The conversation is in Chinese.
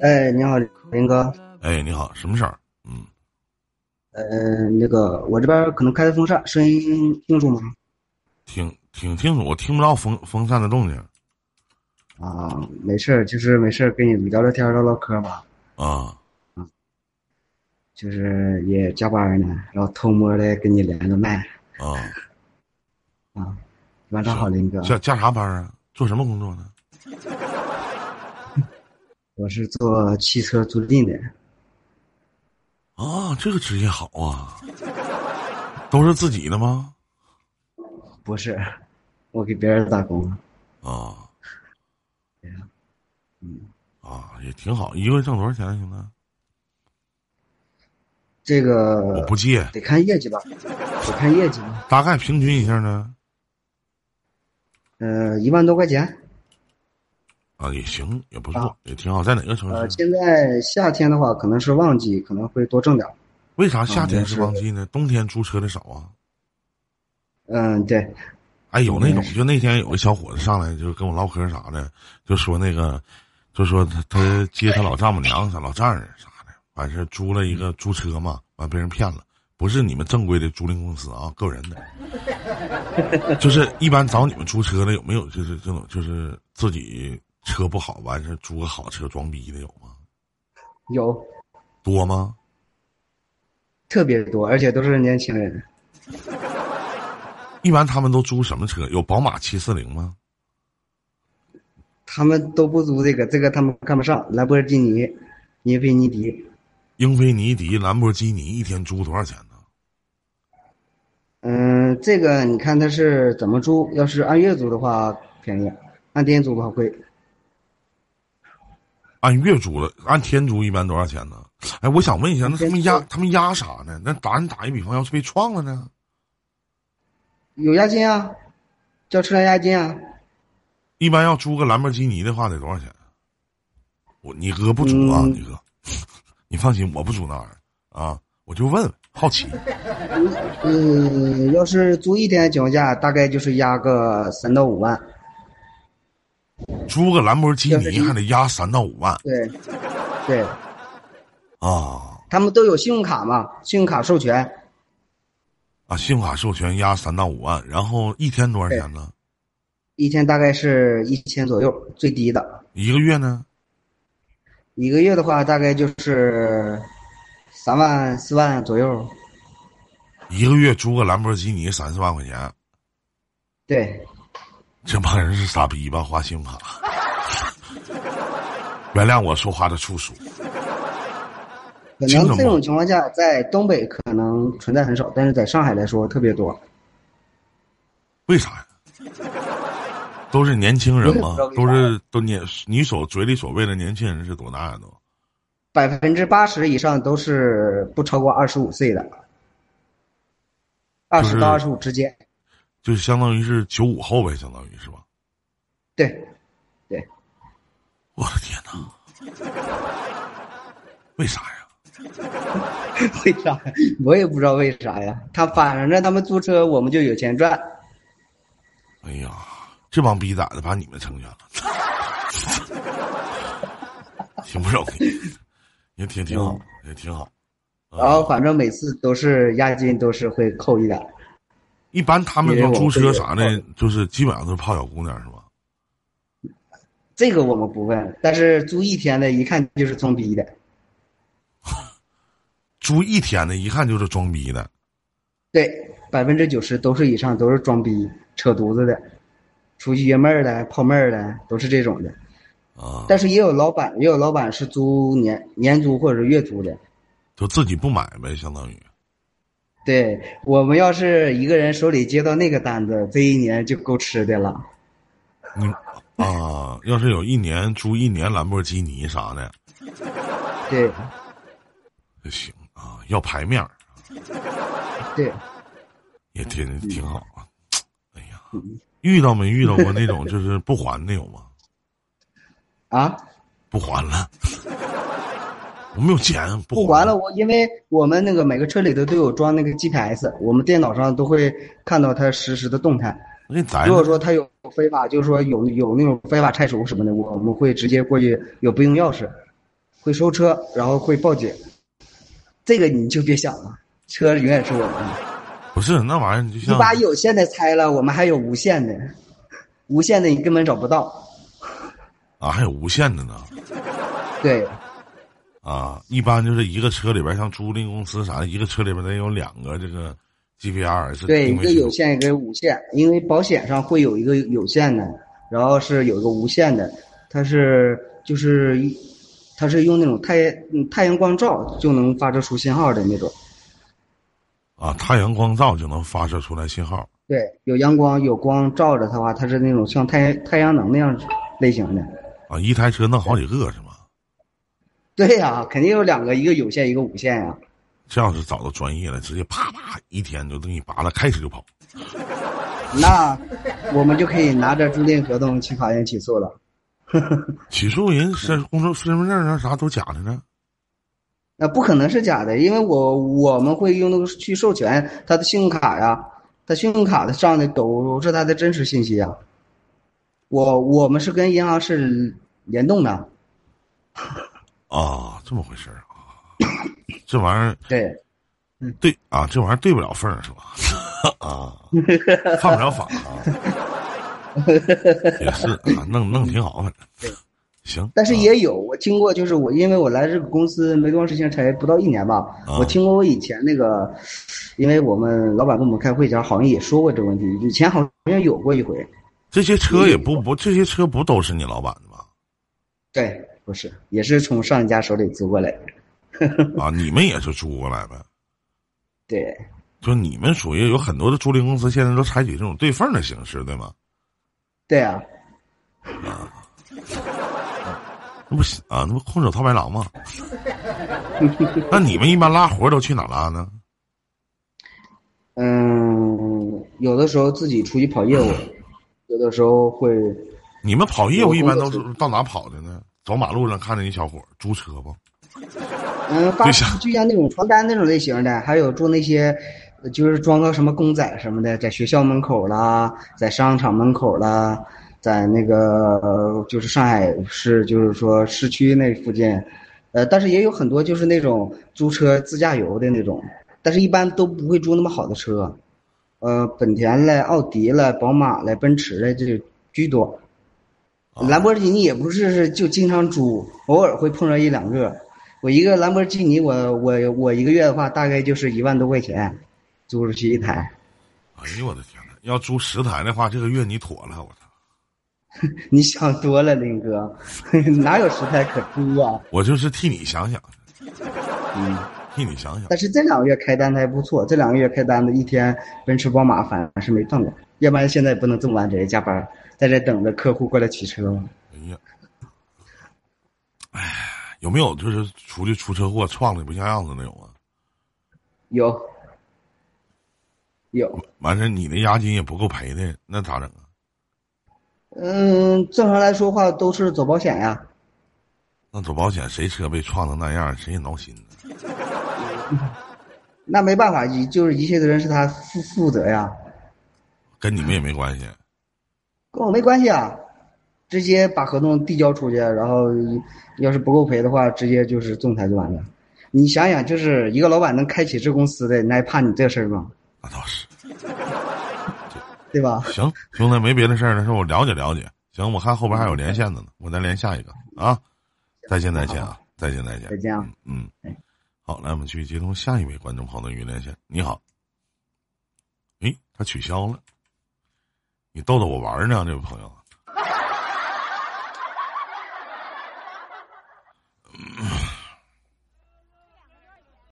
哎，你好，林哥。哎，你好，什么事儿？嗯，呃，那个我这边可能开的风扇，声音清楚吗？挺挺清楚，我听不着风风扇的动静啊，没事儿，就是没事儿，跟你聊聊天，唠唠嗑吧。啊。就是也加班呢，然后偷摸的跟你连个麦。 啊，晚上好，林哥，加加啥班啊？做什么工作呢？我是做汽车租赁的。啊，这个职业好啊。都是自己的吗？不是，我给别人打工。啊嗯，啊，也挺好。一个月挣多少钱啊，兄弟？这个我不借，得看业绩吧，得看业绩吧。大概平均一下呢？呃，一万多块钱。啊，也行，也不错，啊也挺好。在哪个城市？呃，现在夏天的话，可能是旺季，可能会多挣点儿。为啥夏天嗯是是旺季呢？冬天租车的少啊？嗯，对，哎，有那种嗯，就那天有个小伙子上来就跟我唠嗑啥的，就说那个，就说他他接他老丈母娘、他老丈人啥的，完事儿租了一个租车嘛，完被人骗了，不是你们正规的租赁公司啊，个人的，就是一般找你们租车的有没有就是这种就是自己车不好，完事儿租个好车装逼的有吗？有多吗？特别多，而且都是年轻人。一般他们都租什么车？有宝马七四零吗？他们都不租这个，这个他们看不上。兰博基尼、英菲尼迪，英菲尼迪、兰博基尼一天租多少钱呢？嗯，这个你看它是怎么租？要是按月租的话便宜，按天租的话贵。按月租了，按天租一般多少钱呢？哎，我想问一下，那他们压天租他们压啥呢？那打你打一比方，要是被撞了呢？有押金啊，交车辆押金啊。一般要租个兰博基尼的话，得多少钱？我你哥不租啊，嗯你哥， 你放心，我不租那玩意儿啊，我就问问，好奇嗯，要是租一天的情况下，大概就是押个三到五万。租个兰博基要是尼你还得压三到五万对，对啊他们都有信用卡嘛，信用卡授权，啊！信用卡授权压三到五万，然后一天多少钱呢？一天大概是一千左右，最低的。一个月呢？一个月的话，大概就是三万四万左右。一个月租个兰博基尼三四万块钱，对，这帮人是傻逼吧？花 信用卡，原谅我说话的粗俗。可清楚能吗这种情况下，在东北可能存在很少，但是在上海来说特别多。为啥呀？都是年轻人吗我也不知道？为啥都是都年你所嘴里所谓的年轻人是多大呀？都百分之八十以上都是不超过二十五岁的，二就是十到二十五之间。就相当于是九五后呗，相当于是吧？对， 我的天哪！为啥呀？为啥？我也不知道为啥呀。他反正他们租车，我们就有钱赚。哎呀，这帮逼崽子把你们成全了， 挺不容易，也挺挺嗯好，也挺好。啊然后反正每次都是押金都是会扣一点儿。一般他们因为说我们租车这个啥的，就是基本上都是泡小姑娘是吧？这个我们不问，但是租一天的，一看就是装逼的。租一天的，一看就是装逼的。对，百分之九十都是以上都是装逼、扯犊子的，出去约妹儿的、泡妹儿的，都是这种的。啊，但是也有老板，也有老板是租年年租或者是月租的。就自己不买呗，相当于对我们要是一个人手里接到那个单子，这一年就够吃的了。你啊，要是有一年租一年兰博基尼啥的，对就行啊，要牌面儿对，也挺挺好啊。哎呀，遇到没遇到过那种就是不还的有吗？啊，不还了， 我没有钱，不不还还了。我，因为我们那个每个车里头都有装那个 GPS，我们电脑上都会看到它实时的动态。我给咱如果说他有非法，就是说有有那种非法拆除什么的，我们会直接过去，有备用钥匙，会收车，然后会报警，这个你就别想了，车永远是我们的。不是那玩意儿，你就你像把有线的拆了，我们还有无线的，无线的你根本找不到。啊，还有无限的呢对，啊！一般就是一个车里边，像租赁公司啥的，一个车里边得有两个这个 GPRS 对，一定个位有系线，一个无线，因为保险上会有一个有线的，然后是有一个无线的，它是就是一，它是用那种太嗯太阳光照就能发射出信号的那种。统啊，太阳光照就能发射出来信号对，有阳光有光照着它的话，它是那种像太太阳能那样类型的。啊，一台车弄好几个是吗？对呀、肯定有两个，一个有线，一个无线呀、这要是找到专业的，直接啪啪一天就给你拔了，开车就跑。那我们就可以拿着租赁合同去法院起诉了。起诉人身工嗯作身份证啊啥都假的呢，那不可能是假的，因为我我们会用那个去授权他的信用卡呀，他信用卡的上的都是他的真实信息呀。我我们是跟银行是联动的，啊，这么回事儿啊， 这玩意儿对对啊，这玩意儿对不了缝儿是吧？ 啊，犯不了法 啊，也是啊，弄弄挺好，反正行。但是啊也有，我听过，就是我因为我来这个公司没多长时间，才不到一年吧，啊我听过我以前那个，因为我们老板跟我们开会前好像也说过这个问题，以前好像有过一回，这些车也嗯不不，这些车不都是你老板的吗？对，不是，也是从上一家手里租过来的，啊，你们也是租过来呗？对，就你们属于有很多的租赁公司，现在都采取这种对缝儿的形式，对吗？对啊，那不行啊，那不空手套白狼 吗？那你们一般拉活儿都去哪拉呢？嗯，有的时候自己出去跑业 务，有的时候会，你们跑业务我一般都工作是到哪跑的呢？走马路上看见一小伙儿租车不？嗯，发对象就像那种传单那种类型的，还有做那些，呃就是装个什么公仔什么的，在学校门口啦，在商场门口啦，在那个呃就是上海市，就是说市区那附近，呃，但是也有很多就是那种租车自驾游的那种，但是一般都不会租那么好的车，呃，本田嘞、奥迪嘞、宝马嘞、奔驰嘞这居多。啊兰博基尼也不是是就经常租，偶尔会碰上一两个。我一个兰博基尼，我我我一个月的话，大概就是一万多块钱，租出去一台。哎呦我的天呐！要租十台的话，这个月你妥了，我操！你想多了，林哥， 哪有十台可租啊？我就是替你想想，嗯，替你想想但是这两个月开单的还不错，这两个月开单的一天，奔驰、宝马反正是没断过，要不然现在也不能这么晚直接加班，在这等着客户过来取车嘛。哎呀，哎，有没有就是出去出车祸撞的不像样子那种啊？有，有，完事儿你的押金也不够赔的，那咋整啊？嗯，正常来说话都是走保险呀。那走保险谁车被撞成那样儿，谁也闹心呢？那没办法，一就是一切责任是他负负责呀，跟你们也没关系跟我没关系啊。直接把合同递交出去，然后要是不够赔的话，直接就是仲裁就完了。你想想，就是一个老板能开起这公司的，你还怕你这事儿吗？那倒是。对吧？行，兄弟，没别的事儿了，是我了解了解。行，我看后边还有连线的呢，我再连下一个啊。再见，再见啊，再见，再见再。见啊。嗯，好，来我们去接通下一位观众朋友的语连线。你好，诶，他取消了，你逗逗我玩儿呢，这位朋友。嗯